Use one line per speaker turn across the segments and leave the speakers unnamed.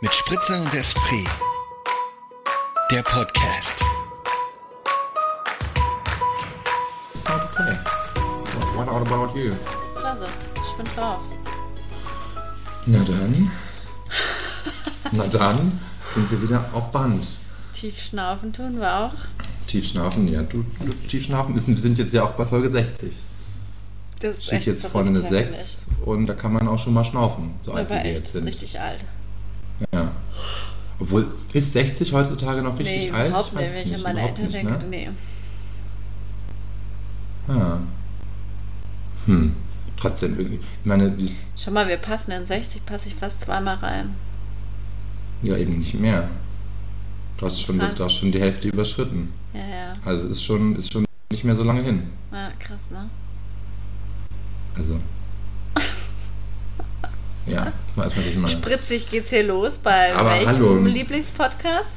Mit Spritzer und Esprit. Der Podcast.
Okay. What all about you?
Klasse, ich bin drauf.
Na dann. Na dann sind wir wieder auf Band.
Tief schnaufen tun wir auch.
Tiefschnaufen, ja. Du, du Tiefschnaufen ist, wir sind jetzt ja auch bei Folge 60.
Das ist
Steht jetzt vorne
verrückt
eine 6
eigentlich.
und da kann man auch schon mal schnaufen, so alt wie
Aber
wir
echt,
jetzt
das ist
sind.
richtig alt.
Ja. Obwohl, ist 60 heutzutage noch richtig
nee,
alt?
überhaupt
Ich weiß es
nicht. Wenn ich an
nicht,
meine
überhaupt
Eltern
nicht,
denke,
ne?
nee.
Ja. Ah. Hm. Trotzdem irgendwie. Ich meine, die-
Schau mal, wir passen in 60, passe ich fast zweimal rein.
ja eben nicht mehr. Du hast schon,
Krass.
du hast schon die Hälfte überschritten.
Ja, ja.
Also ist schon, ist schon nicht mehr so lange hin.
Ja, krass, ne?
Also. ja, weiß man nicht mal.
Spritzig geht's hier los bei
Aber
welchem
hallo.
Lieblingspodcast?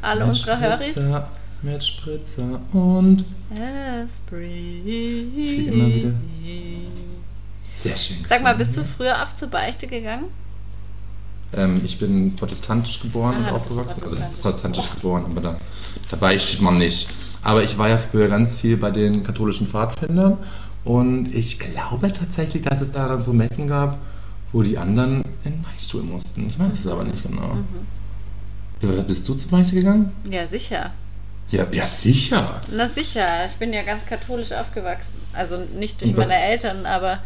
Alle unserer Höris?
Spritzer, mit Spritzer und.
Esprit.
Flieg immer wieder. Sehr schön.
Sag mal,
gesungen.
bist du früher oft zur Beichte gegangen?
Ähm, ich bin protestantisch geboren
Ah,
und
du bist
aufgewachsen. Also, das ist
protestantisch.
protestantisch geboren, aber da, dabei steht man nicht. Aber ich war ja früher ganz viel bei den katholischen Pfadfindern und ich glaube tatsächlich, dass es da dann so Messen gab, wo die anderen in Beichtstuhl mussten. Ich weiß es aber nicht genau.
Hm.
Bist du zum Beichte gegangen?
Ja, sicher.
Ja, ja sicher.
Na sicher, ich bin ja ganz katholisch aufgewachsen. Also nicht durch
Und was-
meine Eltern, aber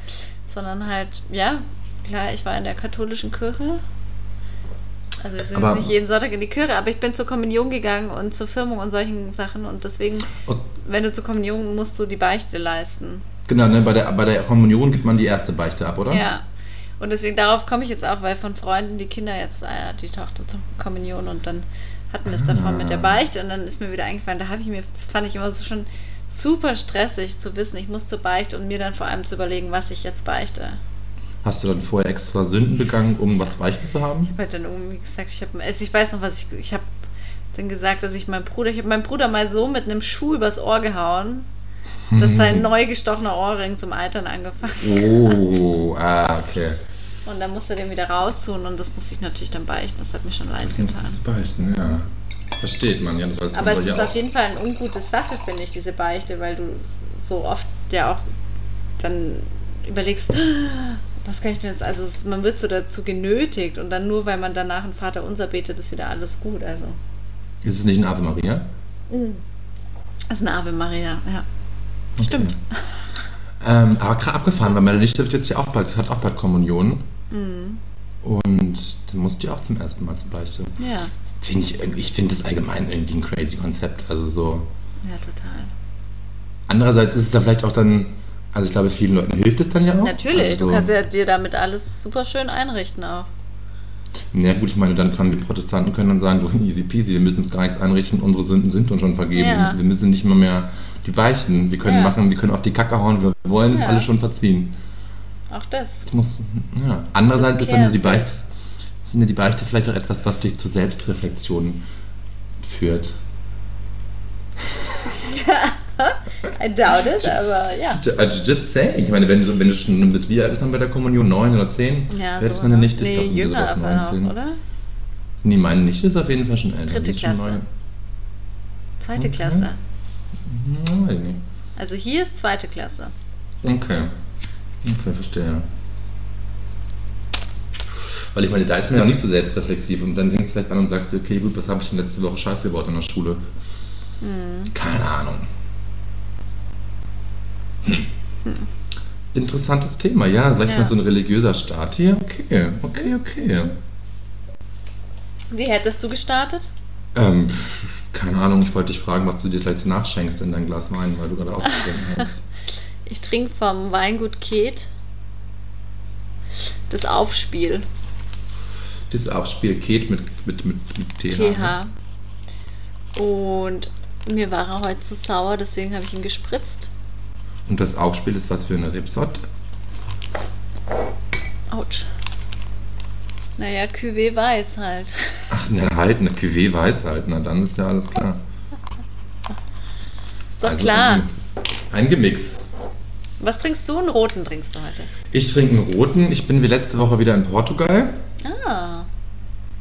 sondern halt, ja, klar, ich war in der katholischen Kirche. Also wir sind
Aber-
jetzt nicht jeden Sonntag in die Kirche, aber ich bin zur Kommunion gegangen und zur Firmung und solchen Sachen. Und deswegen,
Und
wenn du zur Kommunion musst du die Beichte leisten.
genau, ne, bei, der, bei der Kommunion gibt man die erste Beichte ab, oder?
Ja. Und deswegen darauf komme ich jetzt auch, weil von Freunden die Kinder jetzt, äh, die Tochter zur Kommunion und dann hatten wir es davon mit der
Ah.
Beichte und dann ist mir wieder eingefallen, da habe ich mir, das fand ich immer so schon super stressig zu wissen, ich muss zur Beichte und mir dann vor allem zu überlegen, was ich jetzt beichte.
Hast du dann vorher extra Sünden begangen, um was beichten zu haben?
Ich habe halt dann irgendwie gesagt, ich habe, also ich weiß noch, was ich, ich habe dann gesagt, dass ich meinem Bruder, ich habe meinem Bruder mal so mit einem Schuh übers Ohr gehauen, dass sein neu gestochener Ohrring zum Altern angefangen
Oh, ah, okay.
Und dann musste er den wieder raustun und das musste ich natürlich dann beichten, das hat mir schon leid
Das musst
getan.
du beichten, ja. Versteht man, ja, das weiß
Aber es
man
ist
ja
auf
auch.
jeden Fall eine ungute Sache, finde ich, diese Beichte, weil du so oft ja auch dann überlegst, "Ah, was kann ich denn jetzt, also es, man wird so dazu genötigt und dann nur, weil man danach ein Vater unser betet, ist wieder alles gut, also.
Ist es nicht ein Ave Maria?
Mhm. Das ist eine Ave Maria, ja.
Okay.
Stimmt.
Ähm, aber gerade abgefahren, weil meine Nichte wird jetzt ja auch bald, hat auch bald Kommunion.
Mhm.
Und dann muss die auch zum ersten Mal zur Beichte.
Ja,
Finde ich irgendwie, ich finde das allgemein irgendwie ein crazy Konzept. Also so,
ja, total.
Andererseits ist es dann vielleicht auch dann, also ich glaube, vielen Leuten hilft es dann ja auch.
Natürlich,
also,
du kannst ja dir damit alles super schön einrichten auch.
Na gut, ich meine, dann können wir Protestanten können dann sagen, so easy peasy, wir müssen uns gar nichts einrichten, unsere Sünden sind uns schon vergeben.
Ja.
Wir, müssen, wir müssen nicht mal mehr die beichten. Wir können
Ja.
machen, wir können auf die Kacke hauen, wir wollen es
Ja.
alle schon verziehen.
Auch das.
Das muss, ja. Andererseits
Das ist
ist dann ja die
Kernpunkt.
Beichte, sind ja die Beichte vielleicht auch etwas, was dich zur Selbstreflexion führt.
I doubt it, aber ja.
Also just saying, ich meine, wenn du, wenn du schon mit wie alt ist man bei der Kommunion? 9 oder 10?
Ja,
Wer ist
so,
meine
ne?
Nichte? Ich
nee,
glaube, die ist
jünger
sowas
aber auch,
19.
oder?
Nee, meine Nichte ist auf jeden Fall schon älter.
Dritte
Die ist schon
Klasse. Zweite
Okay.
Klasse.
Neun. Nein, nee.
Also hier ist zweite Klasse.
Okay. Okay, verstehe. Weil ich meine, da ist man ja auch nicht so selbstreflexiv und dann fängst du vielleicht an und sagst dir, okay, gut, was habe ich denn letzte Woche scheiße gebaut in der Schule? Keine Ahnung. Hm. Interessantes Thema, ja. Vielleicht
Ja.
mal so ein religiöser Staat hier. Okay, okay, okay.
Wie hättest du gestartet?
Ähm, keine Ahnung, ich wollte dich fragen, was du dir gleich nachschenkst in dein Glas Wein, weil du gerade ausgetrunken hast.
Ich trinke vom Weingut Ket das Aufspiel,
Das Abspiel geht mit, mit, mit, mit ne? TH.
TH. Und mir war er heute zu sauer, deswegen habe ich ihn gespritzt.
Und das Aufspiel ist was für eine Rebsorte?
Autsch. Naja, QW weiß halt.
Ach, na halt, eine Cuvée weiß halt. Na dann ist ja alles klar.
Ist doch
Also
klar.
Ein, ein Gemix.
Was trinkst du? Einen roten trinkst du heute.
Ich trinke einen roten. Ich bin wie letzte Woche wieder in Portugal.
Ah,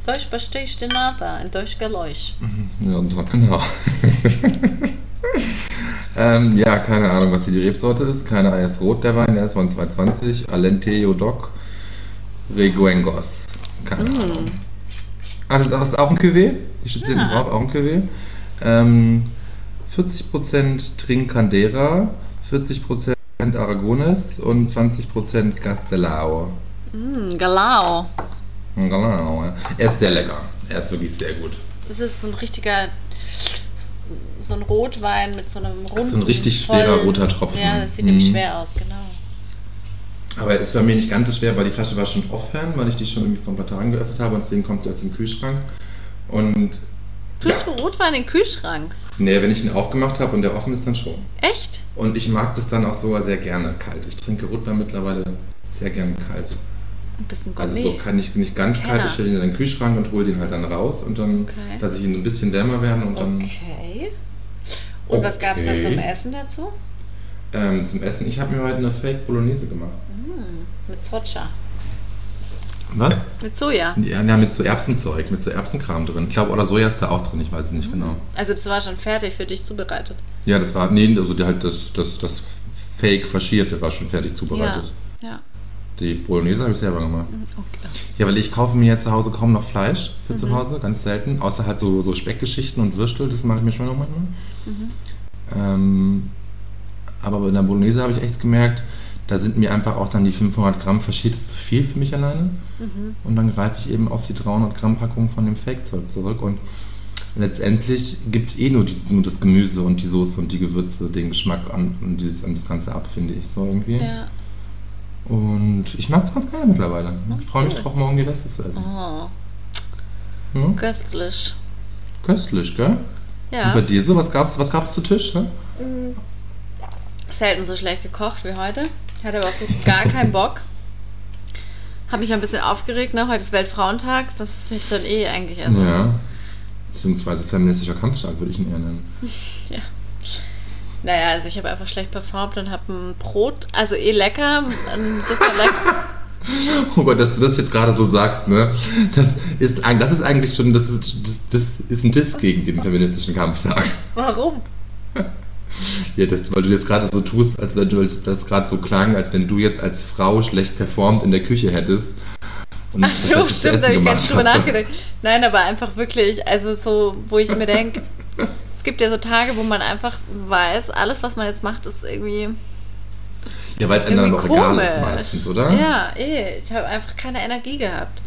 Deutsch verstehe ich die nada, in Deutsch geläusch.
Ja, und dran- genau. ähm, ja, keine Ahnung, was hier die Rebsorte ist. Keine Ahnung, er ist rot, der Wein. Der ist von 220. Alentejo Doc Reguengos. Keine Ahnung. Ah, das ist auch- ist auch ein Cuvée. Hier steht hinten
Ah.
drauf, auch ein Cuvée. Ähm, 40% Trincandera, 40% Aragones und 20% Castellao.
Hm, Galao.
Genau, ja. Er ist sehr lecker. Er ist wirklich sehr gut.
Das ist so ein richtiger, so ein Rotwein mit so einem runden.
ein richtig schwerer
vollen-
roter Tropfen.
Ja, das sieht nämlich
Mhm.
schwer aus, genau.
Aber es war mir nicht ganz so schwer, weil die Flasche war schon offen, weil ich die schon irgendwie vor ein paar Tagen geöffnet habe und deswegen kommt sie jetzt im Kühlschrank. Und
Tust du Rotwein in den Kühlschrank?
nee, wenn ich ihn aufgemacht habe und der offen ist, dann schon.
Echt?
Und ich mag das dann auch sogar sehr gerne kalt. Ich trinke Rotwein mittlerweile sehr gerne kalt.
Ein bisschen Gourmet.
Also so kann ich nicht ganz kalt,
Kenner.
ich stelle ihn in den Kühlschrank und hole den halt dann raus und dann
Okay.
lasse ich ihn ein bisschen wärmer werden und dann
okay. Und was gab es dann
Okay.
zum Essen dazu?
ähm, zum Essen. Ich habe mir heute eine Fake Bolognese gemacht.
Mit Soja.
Was?
Mit Soja.
Ja, ja, mit so Erbsenzeug, mit so Erbsenkram drin. Ich glaube, oder Soja ist da auch drin, ich weiß es nicht genau.
Also das war schon fertig für dich zubereitet.
Ja, das war, nee, also der halt das, das, das Fake Faschierte war schon fertig zubereitet.
Ja. Mhm,
Die Bolognese habe ich selber gemacht.
Okay.
Ja, weil ich kaufe mir jetzt zu Hause kaum noch Fleisch für
Mhm.
zu Hause, ganz selten. Außer halt so, so Speckgeschichten und Würstel, das mache ich mir schon noch manchmal.
Mhm.
Ähm, aber in der Bolognese habe ich echt gemerkt, da sind mir einfach auch dann die 500 Gramm Faschiertes zu viel für mich alleine.
Mhm.
Und dann greife ich eben auf die 300 Gramm Packung von dem Fake-Zeug zurück. Und letztendlich gibt eh nur, die, nur das Gemüse und die Soße und die Gewürze den Geschmack an, und dieses, an das Ganze ab, finde ich so irgendwie.
Ja.
Und ich mag es ganz gerne mittlerweile. Ich freue mich
cool.
drauf, morgen die Reste zu essen.
Oh,
Ja?
köstlich.
Köstlich, gell? Und
Ja.
bei dir so, was gab's, was gab's zu Tisch? Ne?
Selten so schlecht gekocht wie heute. Ich hatte aber auch so gar keinen Bock. Habe mich ein bisschen aufgeregt, ne? Heute ist Weltfrauentag. Das ist mich schon eh eigentlich. Also,
Ja. Beziehungsweise feministischer Kampfstag würde ich ihn eher nennen.
Naja, also ich habe einfach schlecht performt und habe ein Brot, also eh lecker, ein super lecker.
Aber dass du das jetzt gerade so sagst, ne? Das ist, ein- das ist eigentlich schon, das ist, das, das ist ein Diss gegen den feministischen Kampftag.
Warum?
Ja, das, weil du jetzt gerade so tust, als wenn du das gerade so klang, als wenn du jetzt als Frau schlecht performt in der Küche hättest. Und
Ach so,
schlechtes
stimmt,
Essen
da habe ich gar
gemacht
nicht drüber
hast.
nachgedacht. Nein, aber einfach wirklich, also so, wo ich mir denke, es gibt ja so Tage, wo man einfach weiß, alles, was man jetzt macht, ist irgendwie,
Ja, weil es einem dann
irgendwie
auch
komisch.
egal ist meistens, oder?
Ja, eh, ich habe einfach keine Energie gehabt.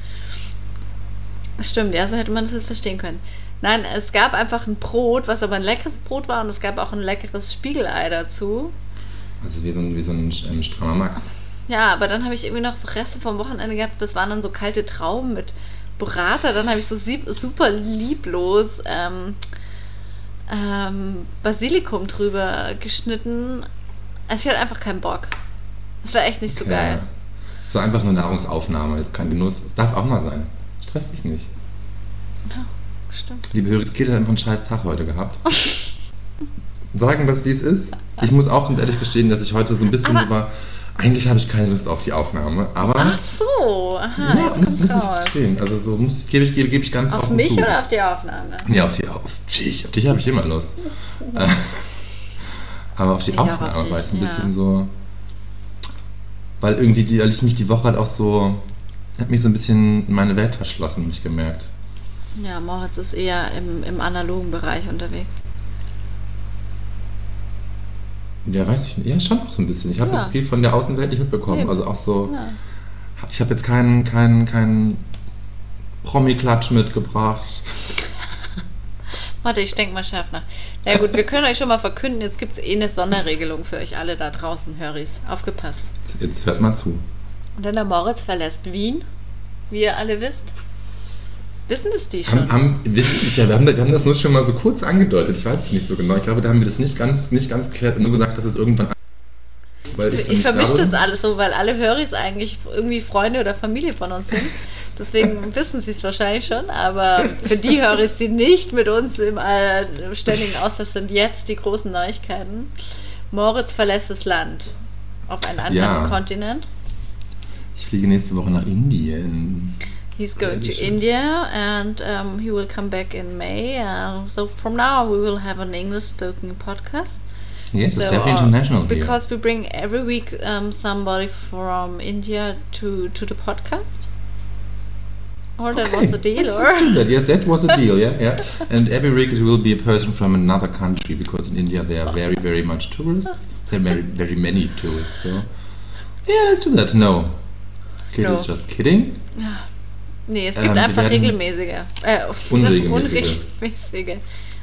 Stimmt, ja, so hätte man das jetzt verstehen können. Nein, es gab einfach ein Brot, was aber ein leckeres Brot war und es gab auch ein leckeres Spiegelei dazu.
Also wie so ein, wie so ein ähm, strammer Max.
Ja, aber dann habe ich irgendwie noch so Reste vom Wochenende gehabt. Das waren dann so kalte Trauben mit Burrata. Dann habe ich so sieb- super lieblos ähm, ähm, Basilikum drüber geschnitten. Also ich hatte einfach keinen Bock. Das war echt nicht so
Okay.
geil.
Es war einfach nur Nahrungsaufnahme, jetzt kein Genuss. Es darf auch mal sein. Stress dich nicht.
Stimmt.
Liebe Höris, Kind hat einfach einen scheiß Tag heute gehabt. Sagen wir es, wie es ist. Ich muss auch ganz ehrlich gestehen, dass ich heute so ein bisschen
Aber-
über... Eigentlich habe ich keine Lust auf die Aufnahme, aber...
Ach so, aha,
Hm? ja,
jetzt
muss, muss
kommt's
ich
raus.
gestehen. Also so muss ich, gebe ich, gebe, gebe ich ganz
Auf
offen
mich
zu.
oder auf die Aufnahme?
Nee, auf die auf dich, auf dich habe ich immer Lust. Äh, Aber auf die
Ich auch auf
Aufnahme
dich,
war es ein
ja.
bisschen so. Weil irgendwie, die, weil ich mich die Woche halt auch so. hat mich so ein bisschen in meine Welt verschlossen, mich gemerkt.
Ja, Moritz ist eher im, im analogen Bereich unterwegs.
Ja, weiß ich nicht. Ja, schon auch so ein bisschen. Ich habe
Ja.
jetzt viel von der Außenwelt nicht mitbekommen.
Eben.
Also auch so.
Ja.
Ich habe jetzt keinen keinen, keinen Promi-Klatsch mitgebracht.
Warte, ich denke mal scharf nach. Na gut, wir können euch schon mal verkünden, jetzt gibt es eh eine Sonderregelung für euch alle da draußen, Höris. Aufgepasst.
Jetzt hört mal zu.
Und dann der Moritz verlässt Wien, wie ihr alle wisst. Wissen das die schon?
Haben, haben, wissen ich, ja, wir, haben, wir haben das nur schon mal so kurz angedeutet. Ich weiß es nicht so genau. Ich glaube, da haben wir das nicht ganz, nicht ganz klärt, nur gesagt, dass es irgendwann. Weil
ich
dann
ich vermische
glaube-
das alles so, weil alle Höris eigentlich irgendwie Freunde oder Familie von uns sind. Deswegen wissen sie es wahrscheinlich schon, aber für die Höris, die nicht mit uns im, äh, im ständigen Austausch sind, jetzt die großen Neuigkeiten. Moritz verlässt das Land auf einen anderen
Ja.
Kontinent.
Ich fliege nächste Woche nach Indien.
He's going to
Tradition.
India and um, he will come back in May. Uh, so from now we will have an English spoken podcast.
Yes, it's
So,
definitely
uh,
international here.
Because we bring every week um, somebody from India to to the podcast. Or that was the deal,
let's,
or
let's do that. Yes, that was a deal. Yeah, yeah. And every week it will be a person from another country because in India there are very, very much tourists. There are very, very many tourists. So yeah, let's do that. No, Kate
No.
is just kidding.
Nee, es
Ähm,
gibt
wir
einfach
werden-
regelmäßige, äh,
Unregelmäßige.
unregelmäßige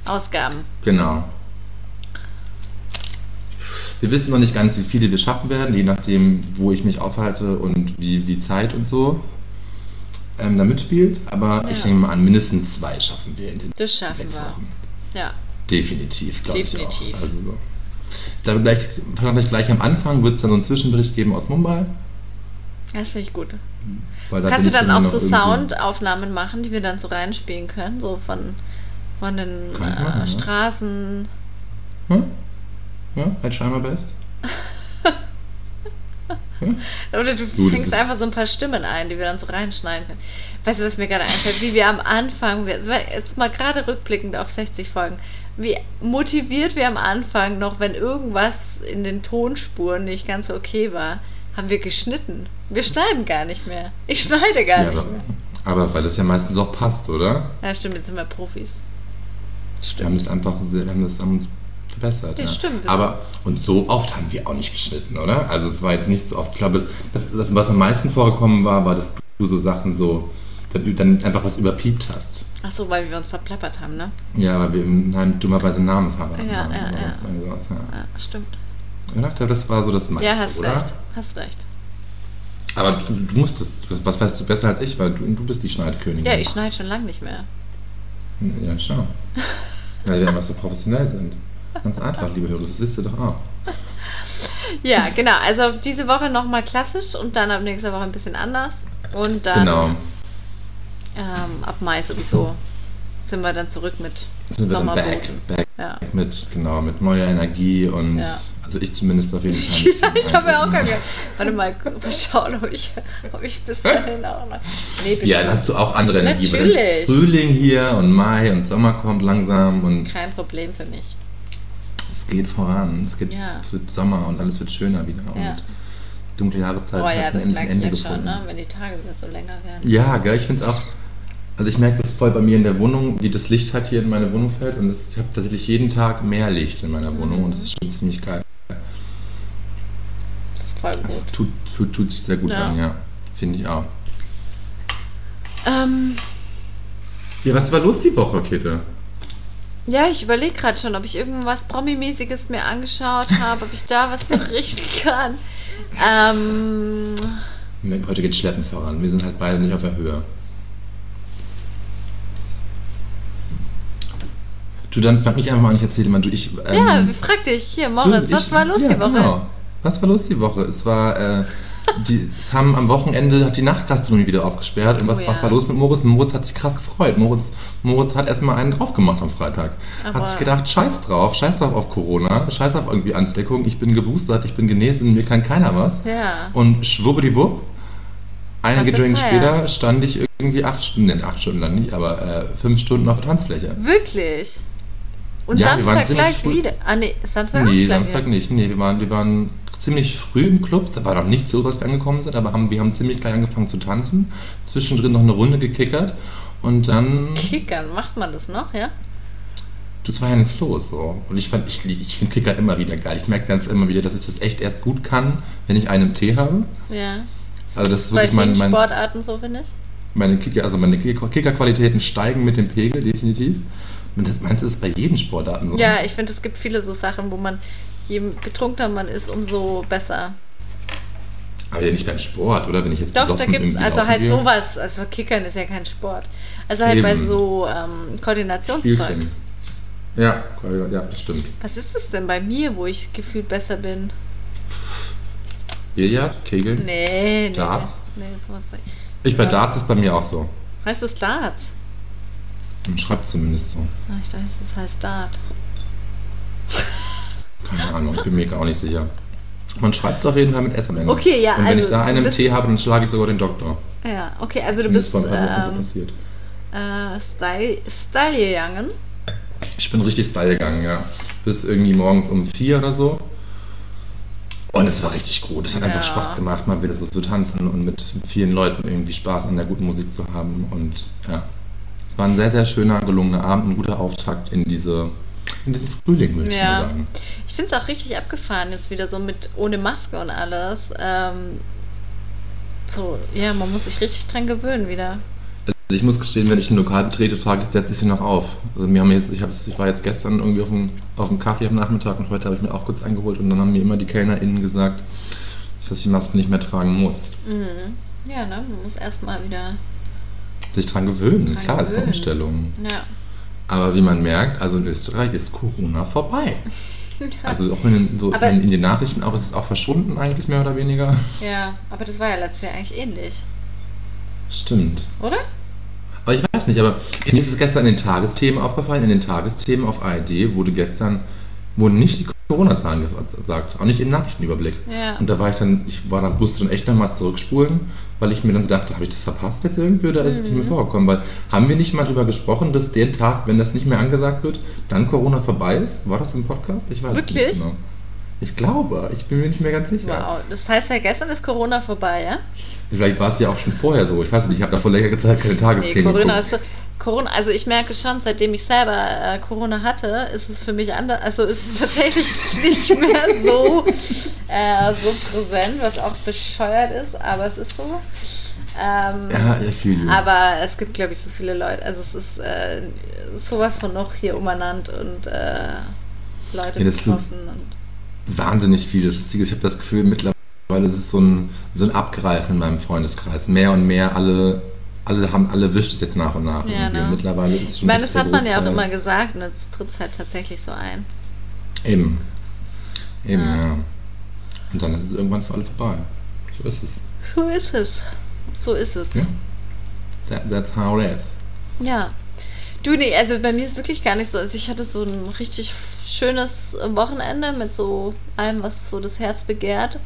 Ausgaben.
Genau. Wir wissen noch nicht ganz, wie viele wir schaffen werden, je nachdem, wo ich mich aufhalte und wie die Zeit und so ähm, da mitspielt. Aber ich
Ja.
nehme mal an, mindestens zwei schaffen wir in den
Das schaffen
sechs
wir.
Wochen.
Ja.
Definitiv, glaube ich auch.
Definitiv.
Also so. Da wir gleich, vielleicht gleich am Anfang wird es dann so einen Zwischenbericht geben aus Mumbai.
Das finde ich gut.
Weil da
Kannst du
bin ich
dann auch
noch
so
irgendwie-
Soundaufnahmen machen, die wir dann so reinspielen können, so von, von den
Kann ich machen, ja.
äh, Straßen.
Hm? Ja, at Scheimer Best.
Oder du
Du, das
fängst
ist-
einfach so ein paar Stimmen ein, die wir dann so reinschneiden können. Weißt du, was mir gerade einfällt? Wie wir am Anfang, wir- jetzt mal gerade rückblickend auf 60 Folgen, wie motiviert wir am Anfang noch, wenn irgendwas in den Tonspuren nicht ganz so okay war, haben wir geschnitten. Wir schneiden gar nicht mehr. Ich schneide gar
Ja,
nicht
aber,
mehr.
aber weil das ja meistens auch passt, oder?
Ja, stimmt, jetzt sind wir Profis.
Wir haben das einfach sehr, wir haben das haben uns verbessert.
Ja, stimmt.
Aber und so oft haben wir auch nicht geschnitten, oder? Also es war jetzt nicht so oft. Ich glaube, das, das, was am meisten vorgekommen war, war, dass du so Sachen so, dass du dann einfach was überpiept hast.
Ach so, weil wir uns verplappert haben, ne?
Ja, weil wir im- nein, dummerweise einen Namen verraten
Ja,
haben.
ja,
oder
ja.
was, irgendwie sowas, ja.
Ja, stimmt.
Ich dachte, das war so das meiste,
ja, hast
oder?
recht. Hast recht.
Aber du, du musst das, was weißt du besser als ich, weil du, du bist die Schneidkönigin.
Ja, ich schneide schon lange nicht mehr.
Ja, schau. weil wir einfach so professionell sind. Ganz einfach, liebe Hörer, das wisst ihr doch auch.
Ja, genau. Also diese Woche nochmal klassisch und dann ab nächster Woche ein bisschen anders. Und dann
Genau.
ähm, ab Mai sowieso sind wir dann zurück mit
Sind wir dann back,
Sommerboten.
back
Ja.
mit, genau, mit neuer Energie und
Ja.
also ich zumindest auf jeden Fall.
ich habe ja auch gar
keinen.
keine. Warte mal, guck mal schauen, ob ich, ob ich bis dahin auch noch. Nee, bestimmt.
Ja, dann hast du auch andere Energie. weil
Natürlich.
dann Frühling hier und Mai und Sommer kommt langsam und
Kein Problem für mich.
es geht voran. Es, geht,
Ja.
es wird Sommer und alles wird schöner wieder.
Ja.
Und dunkle Jahreszeit
Boah,
hat
ja,
ein
das
endlich ein
merke ich
Ende
jetzt schon,
gefunden.
ne? wenn die Tage wieder so länger werden.
Ja, gell, ich finde es auch. Also ich merke das voll bei mir in der Wohnung, wie das Licht halt hier in meine Wohnung fällt. Und das, ich habe tatsächlich jeden Tag mehr Licht in meiner Wohnung und das
Mhm.
ist schon ziemlich geil.
Das ist voll gut.
Das tut, tut, tut sich sehr gut
Ja.
an, ja. Finde ich auch.
Ähm,
Ja, was war los die Woche, Kete?
Ja, ich überlege gerade schon, ob ich irgendwas Promi-mäßiges mir angeschaut habe, ob ich da was berichten kann. Ähm,
Merk, Heute geht Schleppen voran. Wir sind halt beide nicht auf der Höhe. Du, dann fang ich einfach mal an, ich erzähle dir mal, du, ich... Ähm,
ja, frag dich hier,
Du,
Moritz, was
ich-
war los
ja,
die Woche?
Genau. Was war los die Woche? Es war, äh, die, es haben am Wochenende hat die Nachtgastronomie wieder aufgesperrt. Und was,
Oh ja.
was war los mit Moritz? Moritz hat sich krass gefreut. Moritz, Moritz hat erstmal einen drauf gemacht am Freitag.
Aber-
hat sich gedacht, scheiß drauf, scheiß drauf auf Corona, scheiß drauf irgendwie Ansteckung. Ich bin geboostert, ich bin genesen, mir kann keiner was.
Ja,
Und schwuppdiwupp, einige
Krasse
Drinks
Feier.
später stand ich irgendwie acht Stunden, nein, acht Stunden lang nicht, aber äh, fünf Stunden auf der Tanzfläche.
wirklich. Und
Ja, wir waren
Samstag
ziemlich
gleich
früh-
wieder. Ah, nee, Samstag
Nee,
auch gleich
Samstag
wieder.
nicht. Nee, wir waren, wir waren ziemlich früh im Club. Da war noch nichts los, als wir angekommen sind, aber haben, wir haben ziemlich gleich angefangen zu tanzen. Zwischendrin noch eine Runde gekickert und dann.
Kickern, macht man das noch, ja?
Das war ja nichts los. So. Und ich, fand- ich, ich finde Kickern immer wieder geil. Ich merke ganz immer wieder, dass ich das echt erst gut kann, wenn ich einen im Tee habe.
Ja.
Also das ist
bei
wirklich mein,
vielen
mein,
Sportarten so, finde ich.
meine Kicker, also meine Kicker- Kickerqualitäten steigen mit dem Pegel, definitiv. Und das meinst du, das ist bei jedem Sportarten so?
Ja, ich finde, es gibt viele so Sachen, wo man, je betrunkener man ist, umso besser.
Aber ja nicht beim Sport, oder? Wenn ich jetzt
Doch, da
besoffen
gibt's
irgendwie
also
laufen
halt
gehe.
sowas. Also Kickern ist ja kein Sport. Also halt bei
Eben.
so ähm, Koordinationszeug.
Spielchen. Ja, Choreograf- ja, das stimmt.
Was ist das denn bei mir, wo ich gefühlt besser bin?
Billard, Kegeln.
Nee, nee.
Darts?
Nee, nee, sowas nicht.
Ich bei Darts ist bei mir auch so.
Heißt das Darts?
Man schreibt zumindest so.
Ach, Ah, ich dachte, das heißt Dart.
Keine Ahnung, ich bin mir gar auch nicht sicher. Man schreibt es auf jeden Fall mit S am Ende.
Okay, ja,
Und wenn
also
ich da einen
du
im
bist-
Tee habe, dann schlage ich sogar den Doktor.
Ja, okay, also du
Zumindest
bist
vor ein paar Wochen so
ähm,
passiert.
äh, Style, Style gegangen.
Ich bin richtig Style gegangen, ja. Bis irgendwie morgens um vier oder so. Und es war richtig gut. Es hat
Ja.
einfach Spaß gemacht, mal wieder so zu tanzen und mit vielen Leuten irgendwie Spaß an der guten Musik zu haben. Und ja, es war ein sehr, sehr schöner, gelungener Abend, ein guter Auftakt in diese, in diesen Frühling, würde ich
Ja.
mal sagen.
Ich finde es auch richtig abgefahren, jetzt wieder so mit ohne Maske und alles. Ähm, so, ja, man muss sich richtig dran gewöhnen wieder.
Also ich muss gestehen, wenn ich ein Lokal betrete, trage ich das letztlich noch auf. Also mir haben jetzt, ich, hab's, ich war jetzt gestern irgendwie auf dem, auf dem Kaffee am Nachmittag und heute habe ich mir auch kurz eingeholt und dann haben mir immer die KellnerInnen gesagt, dass ich die Maske nicht mehr tragen muss.
Mhm. Ja, ne? Man muss erstmal wieder.
Sich dran gewöhnen,
Dran
klar, ist eine
gewöhnen.
Umstellung.
Ja.
Aber wie man merkt, also in Österreich ist Corona vorbei. Also auch in den, so
Aber-
in, in den Nachrichten auch, es ist auch verschwunden eigentlich mehr oder weniger.
ja, aber das war ja letztes Jahr eigentlich ähnlich,
Stimmt.
oder?
Aber ich weiß nicht, aber mir ist es gestern in den Tagesthemen aufgefallen, in den Tagesthemen auf ARD wurde gestern, wurden nicht die Corona-Zahlen gesagt, auch nicht im Nachrichtenüberblick.
Ja.
Und da war ich dann, ich war dann, musste dann echt nochmal zurückspulen, weil ich mir dann so dachte, habe ich das verpasst jetzt irgendwie oder ist es
Mhm.
nicht mehr vorgekommen? Weil haben wir nicht mal drüber gesprochen, dass den Tag, wenn das nicht mehr angesagt wird, dann Corona vorbei ist? War das im Podcast? Ich weiß es
Wirklich?
nicht genau. Ich glaube, ich bin mir nicht mehr ganz sicher.
Wow. Das heißt ja, gestern ist Corona vorbei, ja?
Vielleicht war es ja auch schon vorher so. Ich weiß nicht, ich habe da vor längerer Zeit keine
Nee,
Tagesthemen
Corona
geguckt.
ist so, Corona, also ich merke schon, seitdem ich selber äh, Corona hatte, ist es für mich anders, also ist es tatsächlich nicht mehr so, äh, so präsent, was auch bescheuert ist, aber es ist so. Ähm,
Ja, ich fühle you.
Aber es gibt, glaube ich, so viele Leute, also es ist äh, sowas von noch hier umeinander und äh, Leute
Ja, das ist-
betroffen. Und,
wahnsinnig viel. Das Lustige ist, ich habe das Gefühl, mittlerweile ist es so ein, so ein Abgreifen in meinem Freundeskreis. Mehr und mehr, alle, alle haben, alle wischt es jetzt nach und nach.
Ja,
irgendwie.
ne?
Und mittlerweile ist es
ich
schon
meine,
echt der
das hat man ja auch
Großteil.
immer gesagt und jetzt tritt es halt tatsächlich so ein.
Eben. Eben,
Ja.
ja. Und dann ist es irgendwann für alle vorbei. So ist es.
So ist es. So ist es.
Ja. That, that's how it is.
Ja. Du, nee, also bei mir ist wirklich gar nicht so. Also ich hatte so ein richtig schönes Wochenende mit so allem, was so das Herz begehrt.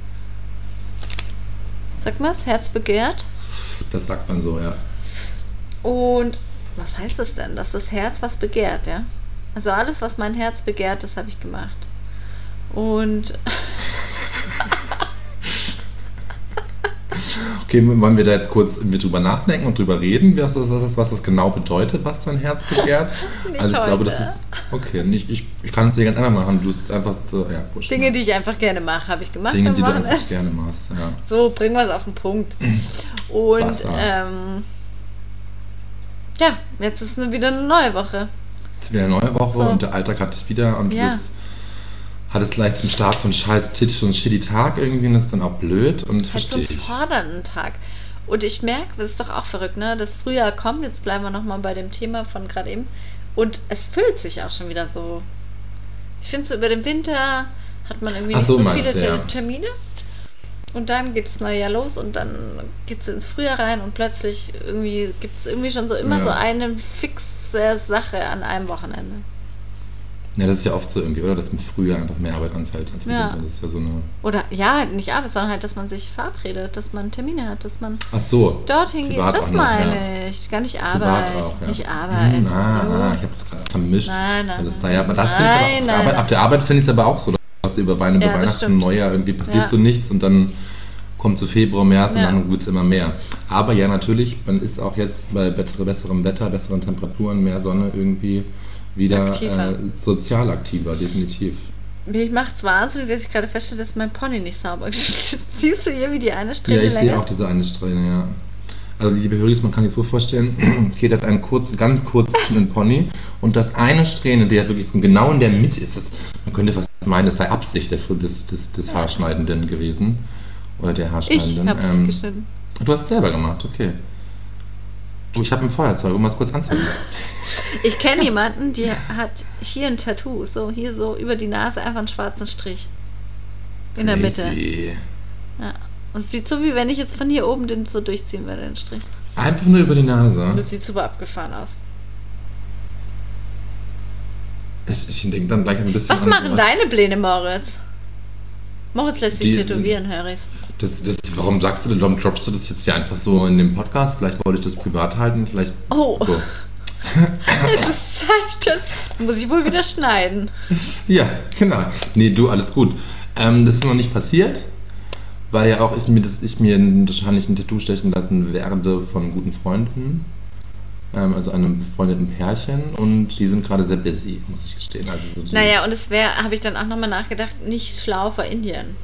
Sag mal, das Herz begehrt.
Das sagt man so, ja.
Und was heißt das denn? Dass das Herz was begehrt, ja? Also alles, was mein Herz begehrt, das habe ich gemacht. Und
Okay, wollen wir da jetzt kurz irgendwie drüber nachdenken und drüber reden, was das, was das, was das genau bedeutet, was dein Herz begehrt?
Nicht
also ich glaube,
heute.
das ist. Okay, nicht, ich, ich kann es dir ganz einfach machen. Du es einfach so, ja, wurscht.
Dinge, die ich einfach gerne mache, habe ich gemacht.
Dinge,
am
die du
Wochenende.
einfach gerne machst. Ja.
So, bringen wir es auf den Punkt. Und
Wasser.
ähm, ja, jetzt ist eine, wieder eine neue Woche.
Jetzt ist wieder eine neue Woche
So.
und der Alltag hat dich wieder und
Ja.
du bist, hattest gleich zum Start so einen scheiß Tit, so einen shitty Tag irgendwie und das ist dann auch blöd und
Halt so
verstehe
einen
ich.
fordernden Tag. Und ich merke, das ist doch auch verrückt, ne? Das Frühjahr kommt, jetzt bleiben wir nochmal bei dem Thema von gerade eben. Und es füllt sich auch schon wieder so. Ich finde so über den Winter hat man irgendwie
Ach
nicht
so,
so,
meinst
viele
du, ja.
Ter- Termine. Und dann geht das neue Jahr los und dann geht es ins Frühjahr rein und plötzlich irgendwie gibt es irgendwie schon so immer
Ja.
so eine fixe Sache an einem Wochenende.
Ja, das ist ja oft so irgendwie, oder? Dass im Frühjahr einfach mehr Arbeit anfällt als im
Ja.
Winter. Das ist ja so eine.
Oder ja, nicht Arbeit, sondern halt, dass man sich verabredet, dass man Termine hat, dass man
Ach so.
dorthin geht.
Privat
Das
auch noch,
meine ich. Gar nicht Arbeit.
Privat auch, ja.
Nicht Arbeit.
Hm, ah, ah,
Oh.
ich habe es gerade vermischt.
Nein, nein,
Das ist,
nein.
naja, aber das
Nein,
finde ich aber auf, der
nein,
Arbeit,
nein.
auf der Arbeit finde ich es aber auch so, dass du über Weine, über
Ja, das
Weihnachten,
stimmt.
Neujahr irgendwie passiert
Ja.
so nichts und dann kommt so Februar, März
Ja.
und dann wird es immer mehr. Aber ja, natürlich, man ist auch jetzt bei better, besserem Wetter, besseren Temperaturen, mehr Sonne irgendwie wieder
Aktiver.
äh, sozial aktiver, definitiv.
Mich macht's wahnsinnig, dass ich gerade feststelle, dass mein Pony nicht sauber geschnitten ist. Siehst du hier, wie die eine
Ja,
Strähne
ich sehe
länger
auch
ist?
diese eine Strähne, ja. Also liebe Höris, man kann sich so vorstellen, Kate hat einen kurzen, ganz kurzen Pony und das eine Strähne, der wirklich so genau in der Mitte ist, das, man könnte fast meinen, das sei Absicht der, des, des, des Haarschneidenden gewesen. Oder der
Ich
Haarschneidenden.
hab's
Ähm,
geschnitten.
du hast es selber gemacht, okay. Du, ich habe ein Feuerzeug, um das kurz anzulegen.
Ich kenne jemanden, die hat hier ein Tattoo. So, hier so über die Nase einfach einen schwarzen Strich. In der Mitte.
Mitte.
Und es sieht so, wie wenn ich jetzt von hier oben den so durchziehen würde, den Strich.
Einfach nur über die Nase.
Das sieht super abgefahren aus.
Ich, ich denke dann gleich ein bisschen
Was
an-
machen deine Pläne, Moritz? Moritz lässt sich
Die-
tätowieren, höre ich.
Das, das, warum sagst du das? Warum droppst du das jetzt hier einfach so in dem Podcast? Vielleicht wollte ich das privat halten, vielleicht.
Oh.
So.
Es ist Zeit, das muss ich wohl wieder schneiden.
Ja, genau. Nee, du, alles gut. Ähm, das ist noch nicht passiert, weil ja auch ich mir, das, ich mir ein- wahrscheinlich ein Tattoo stechen lassen werde von guten Freunden. Ähm, also einem befreundeten Pärchen. Und die sind gerade sehr busy, muss ich gestehen. Also so die,
Naja, und es wäre, habe ich dann auch nochmal nachgedacht, nicht schlau vor Indien.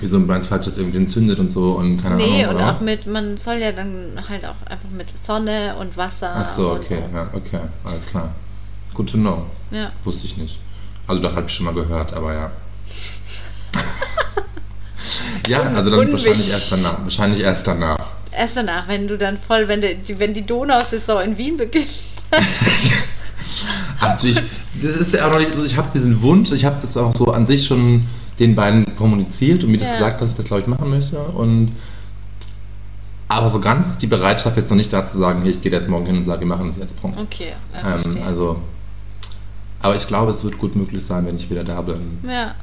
Wieso meinst du, falls das irgendwie entzündet und so und keine
nee,
Ahnung,
und
oder
auch
was?
mit, man soll ja dann halt auch einfach mit Sonne und Wasser.
Ach so,
und
okay, ja, okay, alles klar. Good to know.
So. Ja.
Wusste ich nicht. Also doch, habe ich schon mal gehört, aber ja. ja, also dann wahrscheinlich
Unwichtig.
erst danach. Wahrscheinlich erst danach.
Erst danach, wenn du dann voll, wenn die, wenn die Donausaison in Wien beginnt.
Ach, ich, das ist ja auch noch nicht, also ich habe diesen Wunsch, ich habe das auch so an sich schon den beiden kommuniziert und mir das
Ja.
gesagt, dass ich das, glaube ich, machen möchte. Und aber so ganz ist die Bereitschaft jetzt noch nicht da zu sagen, hier, ich gehe jetzt morgen hin und sage, wir machen das jetzt prompt.
Okay, ja,
Ähm,
verstehe.
also, aber ich glaube, es wird gut möglich sein, wenn ich wieder da bin.
Ja.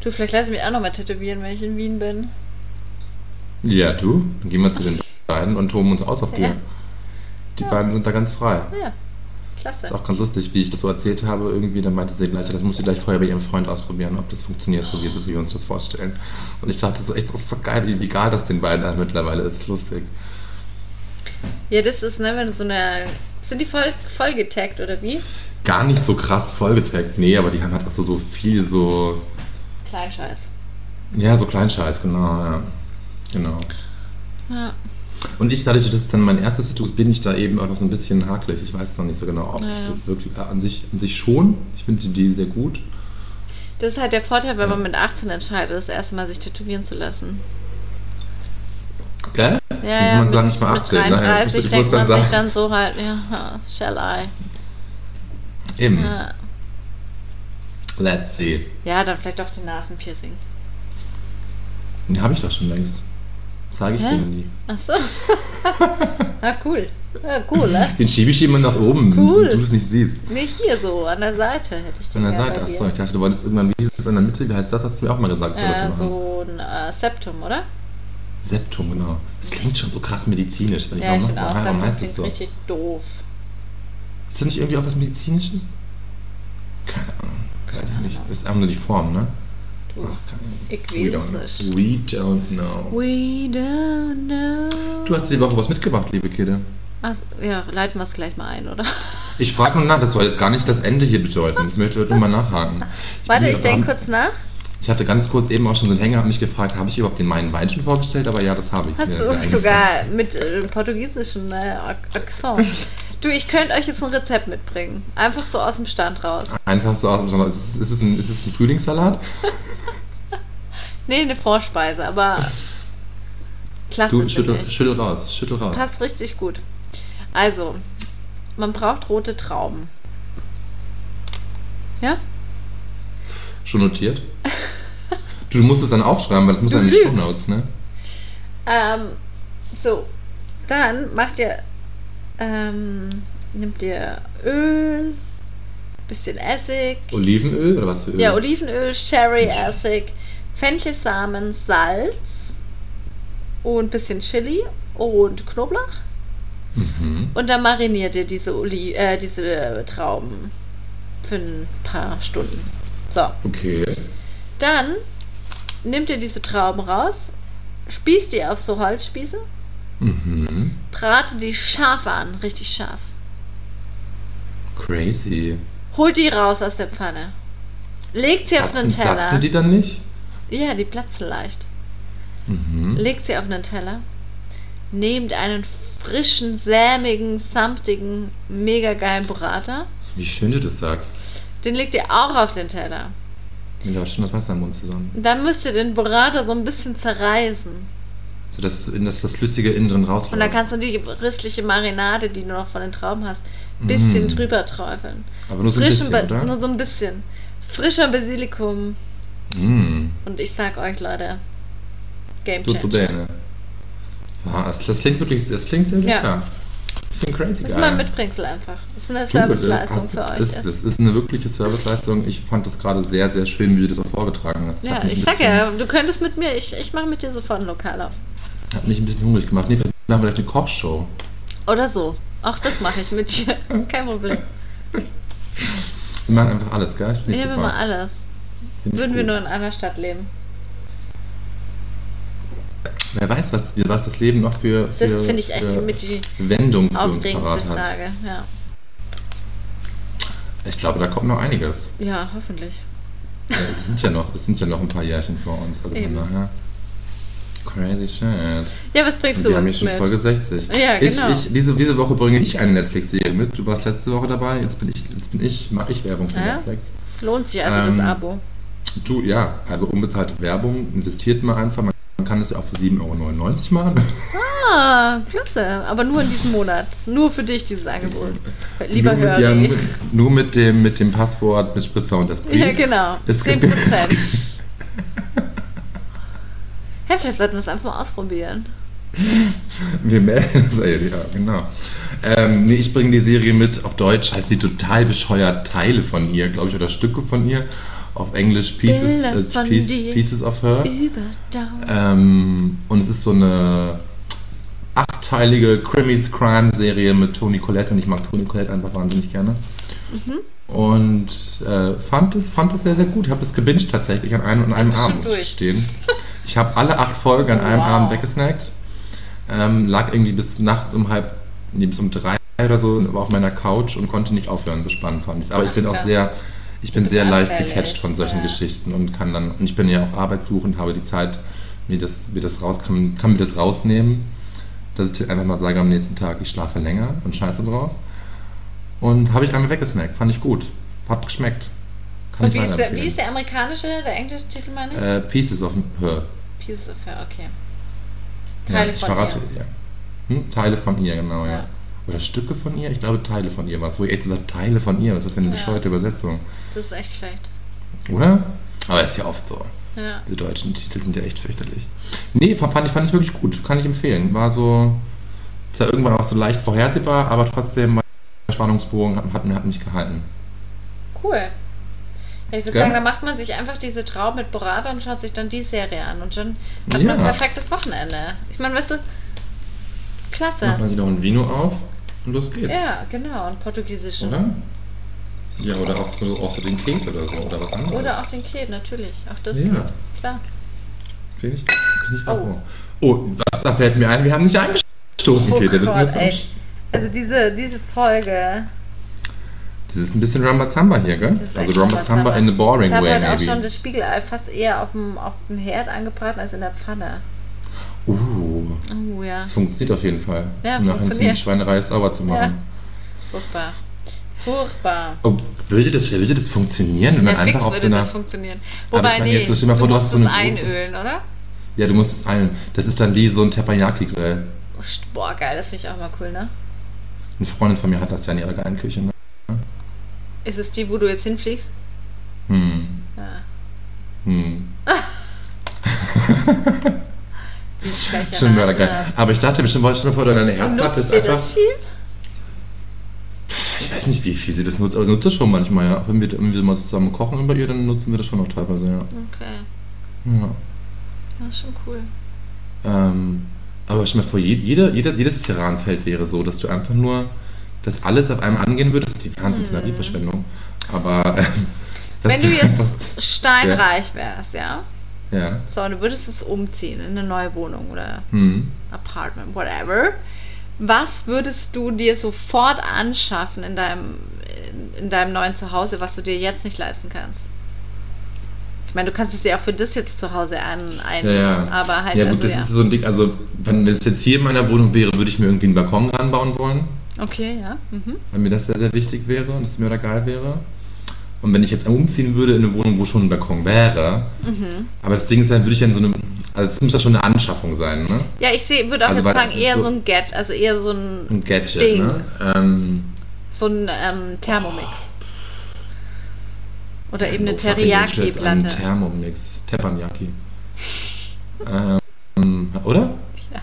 Du, vielleicht lass ich mich auch nochmal tätowieren, wenn ich in Wien bin.
Ja, du? Dann gehen wir zu den beiden und toben uns aus auf Bier.
Ja.
Die
Ja.
beiden sind da ganz frei.
Ja,
Ist
klasse.
auch ganz lustig, wie ich das so erzählt habe, irgendwie, dann meinte sie gleich, das muss sie gleich vorher bei ihrem Freund ausprobieren, ob das funktioniert, so wie, so wie wir uns das vorstellen. Und ich dachte so, echt, das ist doch geil, wie wie egal das den beiden halt mittlerweile ist, lustig.
Ja, das ist, ne, wenn du so eine. Sind die voll, voll getaggt oder wie?
Gar nicht so krass vollgetaggt, nee, aber die haben halt auch so, so viel so,
Kleinscheiß.
ja, so Kleinscheiß, genau, ja. Genau.
Ja.
Und ich, dadurch, dass es dann mein erstes Tattoo ist, bin ich da eben auch noch so ein bisschen hakelig. Ich weiß noch nicht so genau, ob
Naja.
ich das wirklich, äh, an sich, an sich schon, ich finde die Idee sehr gut.
Das ist halt der Vorteil, wenn man
Ja.
mit 18 entscheidet, das erste Mal sich tätowieren zu lassen.
Gell?
Ja,
kann man sagen,
mit,
ich war 18,
Mit
naja,
33
ich- ich muss
denkt
dann
man sich
sagen.
dann so halt, ja, shall I?
Eben.
Ja,
Let's see.
ja dann vielleicht auch den Nasenpiercing.
Den habe ich doch schon längst. Zeige ich
Hä?
dir noch nie.
Ach so. ah, cool. Ja, cool, ne?
Den schiebe ich immer nach oben,
Cool.
wenn du es nicht siehst.
Nee, hier so, an der Seite hätte ich
An der
den gern
Seite,
bei dir.
achso, ich dachte, du wolltest irgendwann, wie ist das in der Mitte, wie heißt das, hast du mir auch mal gesagt, ich soll das
Ja,
machen.
Äh, so ein äh, Septum, oder?
Septum, genau. Das klingt schon so krass medizinisch, wenn
Ja,
ich
ich
auch
finde auch,
noch warum
Septum
heißt das
klingt
so?
richtig doof.
Ist das nicht irgendwie auch was Medizinisches? Keine Ahnung. Keine Ahnung. nicht. Ist einfach nur die Form, ne?
Du,
Ach, keine Ahnung.
ich
We
weiß
don't
es
know.
nicht.
We don't know.
We don't know.
Du hast die Woche was mitgebracht, liebe Kidde.
Ach, ja, leiten wir es gleich mal ein, oder?
Ich frage nur nach, das soll jetzt gar nicht das Ende hier bedeuten. Ich möchte nur mal nachhaken.
Warte,
bin
ich denke
dran.
kurz nach.
Ich hatte ganz kurz eben auch schon so einen Hänger, habe mich gefragt, habe ich überhaupt den meinen Wein schon vorgestellt? Aber ja, das habe ich. Ist
Hast
mir
du uns
eingefallen.
sogar mit äh, portugiesischem äh, Ac- Akzent. Du, ich könnte euch jetzt ein Rezept mitbringen. Einfach so aus dem Stand raus.
Einfach so aus dem Standard. Ist es, ist es, ein, ist es ein Frühlingssalat?
Nee, eine Vorspeise, aber klasse.
Du,
finde
schüttel,
ich.
schüttel raus, schüttel raus.
Passt richtig gut. Also, man braucht rote Trauben. Ja?
Schon notiert? Du, du musst es dann aufschreiben, weil das muss
Du
ja in die Show
lügst.
Notes, ne?
Ähm, so, dann macht ihr, ähm, nehmt ihr Öl, bisschen Essig,
Olivenöl oder was für Öl?
ja, Olivenöl, Sherry, Essig, Fenchelsamen, Salz und bisschen Chili und Knoblauch.
Mhm.
Und dann mariniert ihr diese, Oli äh, diese Trauben für ein paar Stunden. So,
Okay.
dann nehmt ihr diese Trauben raus, spießt die auf so Holzspieße
Mhm.
brate die scharf an, richtig scharf.
Crazy.
Holt die raus aus der Pfanne. Legt sie auf einen
Platzen-
Teller.
Platzen die dann nicht?
ja, die platzen leicht.
Mhm.
Legt sie auf einen Teller. Nehmt einen frischen, sämigen, samtigen, mega geilen Burrata.
Wie schön du das sagst.
Den legt ihr auch auf den Teller.
Mir läuft schon das Wasser im Mund zusammen.
Dann müsst ihr den Burrata so ein bisschen zerreißen.
Sodass dass das flüssige innen drin rausläuft.
Und dann kannst du die restliche Marinade, die du noch von den Trauben hast, ein bisschen
Mm.
drüber träufeln.
Aber nur so ein
Frischen
bisschen,
Ba-
oder?
Nur so ein bisschen. Frischer Basilikum,
Mhm.
Und ich sag euch, Leute, Game
Tutto
Changer.
bene. Ja, das, das klingt wirklich, das klingt sehr lecker. Bisschen crazy
Das ist mal ein
geil.
Mitbringsel einfach. Das ist eine
Du, das ist-
Serviceleistung
hast-
für euch.
Das, das ist eine wirkliche Serviceleistung. Ich fand das gerade sehr, sehr schön, wie du das auch vorgetragen hast. Das
ja,
hat mich
ich
ein
sag
bisschen-
ja, du könntest mit mir, ich, ich mache mit dir sofort ein Lokal auf.
Hat mich ein bisschen hungrig gemacht. Nee, vielleicht machen wir gleich eine Kochshow.
Oder so. Auch das mache ich mit dir. Kein Problem.
Wir machen einfach alles, gell? Ich finde
Ich
ich
nehme
super.
mal alles.
Find ich
Würden wir
gut.
nur in einer Stadt leben.
Wer weiß, was, was das Leben noch für, für
Das finde ich echt
für
mit die
Wendung für uns
aufregendste
parat hat.
Frage. Ja.
Ich glaube, da kommt noch einiges.
ja, hoffentlich.
Ja, Es sind ja noch, es sind ja noch ein paar Jährchen vor uns. Also
Eben.
von daher. Crazy shit.
Ja, was
Und
bringst
wir
du
haben hier
uns
schon
mit?
Folge 60.
Ja, genau.
Ich, ich, diese, diese Woche bringe ich eine Netflix-Serie mit. Du warst letzte Woche dabei, jetzt bin ich, jetzt bin ich, mache ich Werbung für
Ja?
Netflix.
Es lohnt sich also
Ähm,
das Abo.
Du, ja, also unbezahlte Werbung, investiert mal einfach. Man kann das ja auch für 7,99 Euro machen.
Ah, klasse. Aber nur in diesem Monat. Nur für dich dieses Angebot. Lieber
nur mit, ja, nur,
Hörli.
mit, nur mit dem mit dem Passwort, mit Spritzer und das
Ja, genau.
Es-
10 Prozent. Hey, vielleicht sollten wir es einfach mal ausprobieren.
Wir melden uns, ey, ja, genau. Ähm, nee, ich bringe die Serie mit. Auf Deutsch heißt sie total bescheuert Teile von ihr, glaube ich, oder Stücke von ihr. Auf Englisch Pieces,
Bilder
äh,
von
Piece,
dir.
Pieces of Her.
Überdauer.
Ähm, und es ist so eine achtteilige Crimis Crime Serie mit Toni Collette und ich mag Toni Collette einfach wahnsinnig gerne.
Mhm.
Und äh, fand, es, fand es sehr, sehr gut. Ich habe es gebinged tatsächlich an einem, an einem
Bist du
Abend, muss ich
durch?
stehen. Ich habe alle acht Folgen an einem
Wow.
Abend weggesnackt. Ähm, lag irgendwie bis nachts um halb, nee, bis um drei oder so auf meiner Couch und konnte nicht aufhören, so spannend fand ich es. Aber ich bin auch
Ja.
sehr, ich bin
bist
sehr leicht
anfällig,
gecatcht von solchen
ja.
Geschichten und kann dann, und ich bin ja auch arbeitssuchend, habe die Zeit, mir das, mir das raus, kann, kann mir das rausnehmen, dass ich dann einfach mal sage am nächsten Tag, ich schlafe länger und scheiße drauf. Und habe ich einmal weggesnackt, fand ich gut, hat geschmeckt. Kann ich
Und wie ist, der, wie
weiterempfehlen.
ist der amerikanische, der englische Titel, meine ich?
äh, Pieces of Her.
Pieces of Her, okay.
Ja,
Teile
ich
von
verrate,
ihr.
Ja. Hm? Teile von ihr, genau, ja.
Ja.
Oder Stücke von ihr? Ich glaube, Teile von ihr war es. Wo ich echt gesagt Teile von ihr. Was ist das für eine
Ja.
bescheuerte Übersetzung?
Das ist echt schlecht.
Oder? Aber ist ja oft so.
Ja.
Diese deutschen Titel sind ja echt fürchterlich. Nee, fand fand ich, fand ich wirklich gut. Kann ich empfehlen. War so. Ist ja irgendwann auch so leicht vorhersehbar, aber trotzdem war der Spannungsbogen hat, hat, hat mich gehalten.
Cool. Ja, ich würde
Gell?
sagen, da macht man sich einfach diese Traum mit Berater und schaut sich dann die Serie an. Und schon hat
Ja.
man ein perfektes Wochenende. Ich meine, weißt du,
Macht man
klasse.
sich noch ein Vino auf und los geht's.
Ja, genau. Und portugiesischen.
Oder? Ja, oder auch so, auch so den Kek oder so. Oder was anderes.
Oder auch den Klee, natürlich. Auch das
Ja.
klar.
Finde ich. Find ich auch. Oh. was, da fällt mir ein, wir haben nicht angestoßen,
Oh
Peter. Das,
Gott,
ist mir
ey.
zum Sch-
Also diese, diese Folge.
das ist ein bisschen Rambazamba hier, gell?
das ist
Also
echt
Rambazamba in a boring
Ich habe
way,
heute auch schon
maybe.
das Spiegelei fast eher auf dem, auf dem Herd angebraten als in der Pfanne.
Uh,
Oh ja,
das funktioniert auf jeden Fall.
Ja,
um nachher die
funktioniert.
Schweinerei sauber zu machen.
furchtbar. Furchtbar.
Oh, würde, das, würde das funktionieren, wenn man
Ja,
einfach
fix
auf so
würde
einer.
das funktionieren.
Aber ich
Wobei,
meine
nee,
jetzt so, stell dir mal vor, du hast
musst
so eine
es
große-
einölen, oder?
Ja, du musst es ein. Das ist dann wie so ein Teppanyaki-Grill.
Oh, st- Boah, geil, das finde ich auch mal cool, ne?
Eine Freundin von mir hat das ja in ihrer geilen Küche. Ne?
Ist es die, wo du jetzt hinfliegst?
Hm.
Ja,
Hm.
die ist gleich
Schon
ja
mörder geil. Aber ich dachte bestimmt, wollte schon vor, deine
Ja. Und
Herdplatte
nutzt
ist
dir
einfach.
das viel?
Ich weiß nicht, wie viel sie das nutzt, aber sie nutzt das schon manchmal, ja. Auch Wenn wir, wenn wir mal so zusammen kochen über ihr, dann nutzen wir das schon auch teilweise, ja.
Okay,
ja.
das ist schon cool.
Ähm, aber stell dir mal vor, je- jeder, jeder, jedes Terranfeld wäre so, dass du einfach nur, dass alles auf einem angehen würde. Das ist die Wahnsinnsnariverschwendung. Aber. ähm, dass
Mhm. Wenn du
einfach-
jetzt steinreich wärst, ja?
Ja.
So, und du würdest es umziehen in eine neue Wohnung oder
Hm.
Apartment, whatever. Was würdest du dir sofort anschaffen in deinem, in, in deinem neuen Zuhause, was du dir jetzt nicht leisten kannst? Ich meine, du kannst es dir auch für das jetzt zu Hause ein, ein
Ja, ja.
aber halt
ja, gut,
also,
das
ja.
ist so ein Ding. Also, wenn es jetzt hier in meiner Wohnung wäre, würde ich mir irgendwie einen Balkon ranbauen wollen.
okay, ja. Mhm.
weil mir das sehr, sehr wichtig wäre und es mir da geil wäre. Und wenn ich jetzt umziehen würde in eine Wohnung, wo schon ein Balkon wäre, aber das Ding ist, dann würde ich ja in so einem, also es muss ja schon eine Anschaffung sein, ne?
Ja, ich sehe, würde auch
Also, weil
jetzt
das
sagen,
ist
eher
so-
so, ein Get, also eher so ein,
Ein Gadget,
Ding.
ne? Ähm,
so ein ähm, Thermomix. Oder eben eine
oh, fucking interest, Ein um
Teriyaki-Platte.
Thermomix, Teppanyaki. ähm, oder?
Ja.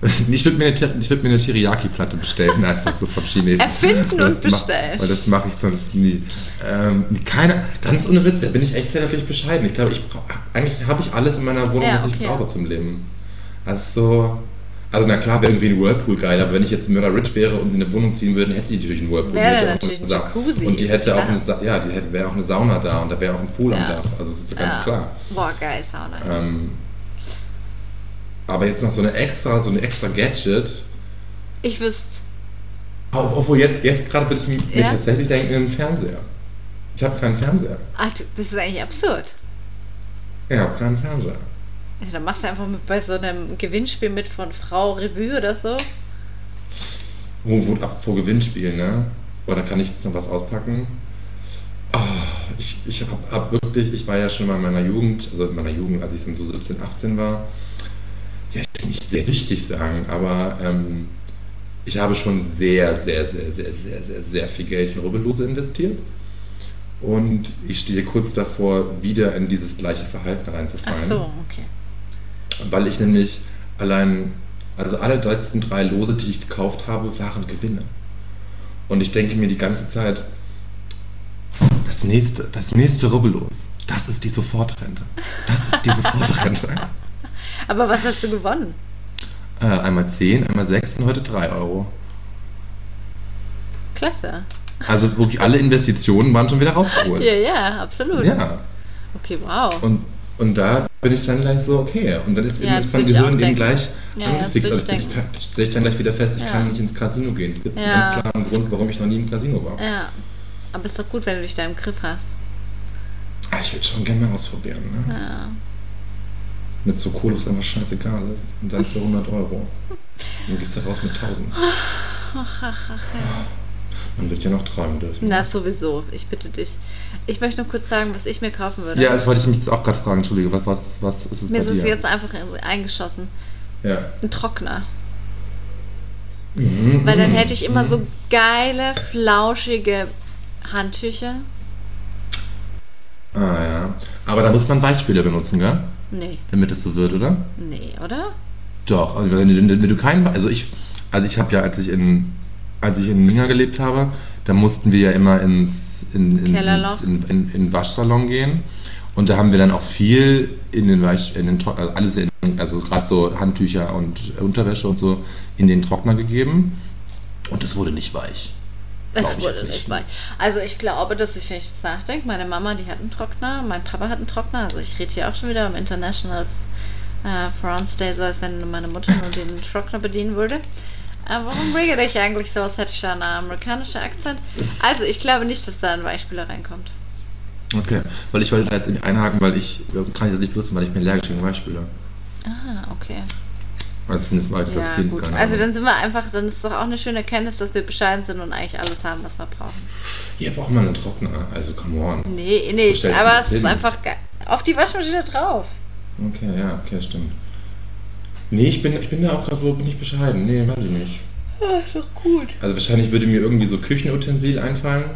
Ich würde mir eine, Ter- ich würd mir eine Teriyaki-Platte bestellen, einfach so vom Chinesen.
Erfinden
Das
und
ma-
bestellen.
Weil das mache ich sonst nie. Ähm, keine, ganz ohne Witz, da bin ich echt sehr natürlich bescheiden. Ich glaube, ich brauch, eigentlich habe ich alles in meiner Wohnung,
Ja,
was ich
okay.
brauche zum Leben. Also, also na klar, wäre irgendwie ein Whirlpool geil, aber wenn ich jetzt Mörder Rich wäre und in eine Wohnung ziehen würde, hätte die natürlich einen Whirlpool.
Wäre
die hätte
dann
auch
natürlich ein
Sa-
Jacuzzi,
Und die
ist
hätte auch
klar.
eine, Sa- ja, die hätte, wäre auch eine Sauna da und da wäre auch ein Pool am
Ja.
Dach. Also, das ist ja ganz
Ja.
klar.
Boah, geil, Sauna.
Ähm, aber jetzt noch so eine extra, so eine extra Gadget.
Ich wüsste,
Ob- Obwohl jetzt, jetzt gerade würde ich mir
Ja?
tatsächlich denken, einen Fernseher. Ich habe keinen Fernseher.
ach, du- das ist eigentlich absurd.
Ich habe keinen Fernseher.
Ja, dann machst du einfach mit bei so einem Gewinnspiel mit von Frau Revue oder so.
Oh, Wut ab pro Gewinnspiel, ne? Oder kann ich jetzt noch was auspacken? Ah, ich ich habe hab wirklich, ich war ja schon mal in meiner Jugend, also in meiner Jugend, als ich dann so 17, 18 war, ja, ich will nicht sehr wichtig sagen, aber ähm, ich habe schon sehr, sehr, sehr, sehr, sehr, sehr, sehr viel Geld in Rubbellose investiert. Und ich stehe kurz davor, wieder in dieses gleiche Verhalten
Ach
reinzufallen.
so, okay.
Weil ich nämlich allein, also alle letzten drei Lose, die ich gekauft habe, waren Gewinne. Und ich denke mir die ganze Zeit, das nächste, das nächste Rubbellos, das ist die Sofortrente. Das ist die Sofortrente.
Aber was hast du gewonnen?
äh, einmal 10, einmal 6 und heute 3 Euro.
Klasse.
Also wirklich alle Investitionen waren schon wieder rausgeholt.
Ja, ja, absolut.
Ja.
Okay, wow.
Und, und da bin ich dann gleich so, okay. Und dann ist
Ja,
eben
das
das mein
würde ich auch
Gehirn eben
denken.
gleich
Ja, ja, das
angefixt. Also
würde ich
ich, ich, kann- stelle ich dann gleich wieder fest, ich
Ja.
kann nicht ins Casino gehen. Es gibt einen
Ja.
ganz klaren Grund, warum ich noch nie im Casino war.
Ja. Aber ist doch gut, wenn du dich da im Griff hast.
Ah, ich würde schon gerne mal ausprobieren. Ne?
Ja.
Mit so Kohle, was einfach scheißegal ist. Und dann 200 Euro. Dann gehst du raus mit 1000.
Ach, ach, ach, ja.
Man wird ja noch träumen dürfen.
Na, sowieso. Ich bitte dich. Ich möchte nur kurz sagen, was ich mir kaufen würde.
Ja, das wollte ich mich jetzt auch gerade fragen. Entschuldige, was, was, was ist es
mir
bei
ist
dir?
es jetzt einfach in- eingeschossen.
ja.
Ein Trockner.
Mhm,
Weil dann
mhm,
hätte ich immer
mhm.
so geile, flauschige Handtücher.
Ah, ja. Aber da muss man Weichspüler benutzen, gell?
Nee,
Damit es so wird, oder?
nee, oder?
Doch, also wenn, wenn, wenn du keinen, also ich, also ich habe ja, als ich in, als ich in Minga gelebt habe, da mussten wir ja immer ins, in, in, ins
Kellerloch.
in, in, in den Waschsalon gehen und da haben wir dann auch viel in den Wasch, in den Trockner, also alles in, also gerade so Handtücher und Unterwäsche und so in den Trockner gegeben und das wurde nicht weich. Glaub ich
Es wurde
jetzt
nicht
nicht.
weich. Also ich glaube, dass ich, wenn ich jetzt nachdenke, meine Mama, die hat einen Trockner, mein Papa hat einen Trockner. Also ich rede hier auch schon wieder am International äh, France Day, so als wenn meine Mutter nur den Trockner bedienen würde. Aber warum rede ich eigentlich so, als hätte ich da einen amerikanischen Akzent? Also ich glaube nicht, dass da ein Weichspüler reinkommt.
Okay, weil ich wollte da jetzt nicht einhaken, weil ich das kann ich das nicht benutzen, weil ich bin allergisch gegen Weichspüler.
Ah, okay.
Also zumindest war ich das
Ja,
Kind
gut.
keine
Also
Ahnung.
dann sind wir einfach, dann ist doch auch eine schöne Erkenntnis, dass wir bescheiden sind und eigentlich alles haben, was wir brauchen.
Hier braucht man einen Trockner, also come on.
Nee, nee,
stellst du
aber
das
es ist
hin?
einfach ge- auf die Waschmaschine drauf.
Okay, ja, okay, stimmt. Nee, ich bin, ich bin da auch gerade so nicht bescheiden. Nee, weiß ich nicht.
Ja, Ah, ist doch gut.
Also wahrscheinlich würde mir irgendwie so Küchenutensil einfallen.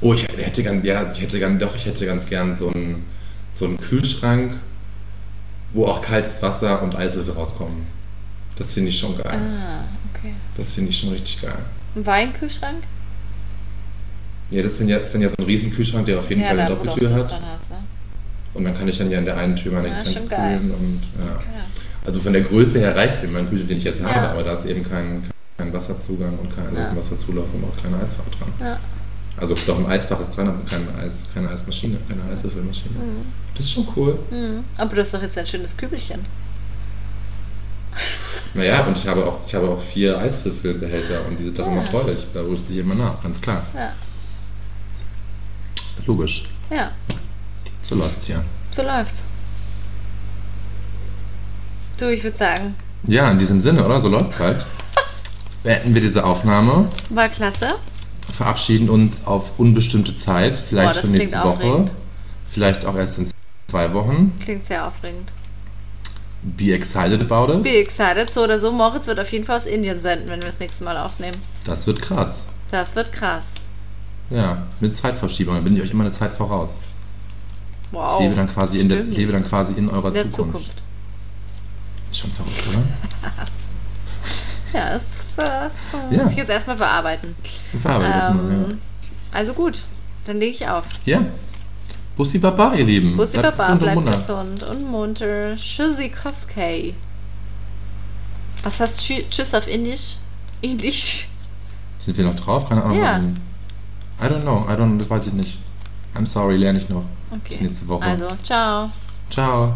Oh, ich hätte gern, ja, ich hätte gern, doch, ich hätte ganz gern so einen, so einen Kühlschrank, wo auch kaltes Wasser und Eiswürfel rauskommen. Das finde ich schon geil.
Ah, okay.
Das finde ich schon richtig geil.
Ein Weinkühlschrank?
Ja, das ist dann ja, ist dann ja so ein riesen Kühlschrank, der auf jeden Fall eine
da, wo du auch
Doppeltür
das
hat.
dran hast, ne?
Und dann kann ich dann ja in der einen Tür meine
Ja,
Getränke
schon geil.
kühlen und ja.
Klar.
Also von der Größe her reicht mir mein Kühlschrank, den ich jetzt habe,
Ja.
aber da ist eben kein, kein Wasserzugang und kein also
Ja.
kein Wasserzulauf und auch kein Eisfach dran.
Ja.
Also doch ein Eisfach ist dran, aber kein Eis, keine Eismaschine, keine Eiswürfelmaschine.
Mhm.
Das ist schon cool.
Mhm. Aber du hast doch jetzt ein schönes Kübelchen.
Naja, und ich habe auch, ich habe auch vier Eiswürfelbehälter und die sind doch
Ja.
immer voll. Ich, da rutscht sich immer nach, ganz klar.
Ja.
Logisch.
Ja,
So läuft's ja.
so läuft's. Du, ich würde sagen,
Ja, in diesem Sinne, oder? So läuft's halt. Beenden wir diese Aufnahme,
war klasse.
verabschieden uns auf unbestimmte Zeit,
Boah,
vielleicht
das
schon nächste
klingt
Woche,
aufregend.
vielleicht auch erst in zwei Wochen.
Klingt sehr aufregend.
Be excited about it.
Be excited, so oder so. Moritz wird auf jeden Fall aus Indien senden, wenn wir das nächste Mal aufnehmen.
Das wird krass.
Das wird krass.
Ja, mit Zeitverschiebung. Da bin ich euch immer eine Zeit voraus.
Wow.
ich lebe dann quasi in der,
Oh, Stimmt.
lebe dann quasi in eurer
In der
Zukunft.
Zukunft.
Ich schon verrückt, oder?
Ja, das, das
Ja.
muss ich jetzt erstmal verarbeiten.
Ich verarbeite das mal,
Ähm, Also gut, dann lege ich auf.
ja. Ja. Bussi Baba, ihr Lieben.
Bussi
Bleibt gesund
Baba,
und
bleib
munter.
gesund und munter. Tschüssikowski. Was heißt Tschü- Tschüss auf Indisch? Indisch?
Sind wir noch drauf? Keine Ahnung.
Ja.
I don't know, I don't, das weiß ich nicht. I'm sorry, lerne ich noch.
Okay.
Bis nächste Woche.
Also, ciao.
Ciao.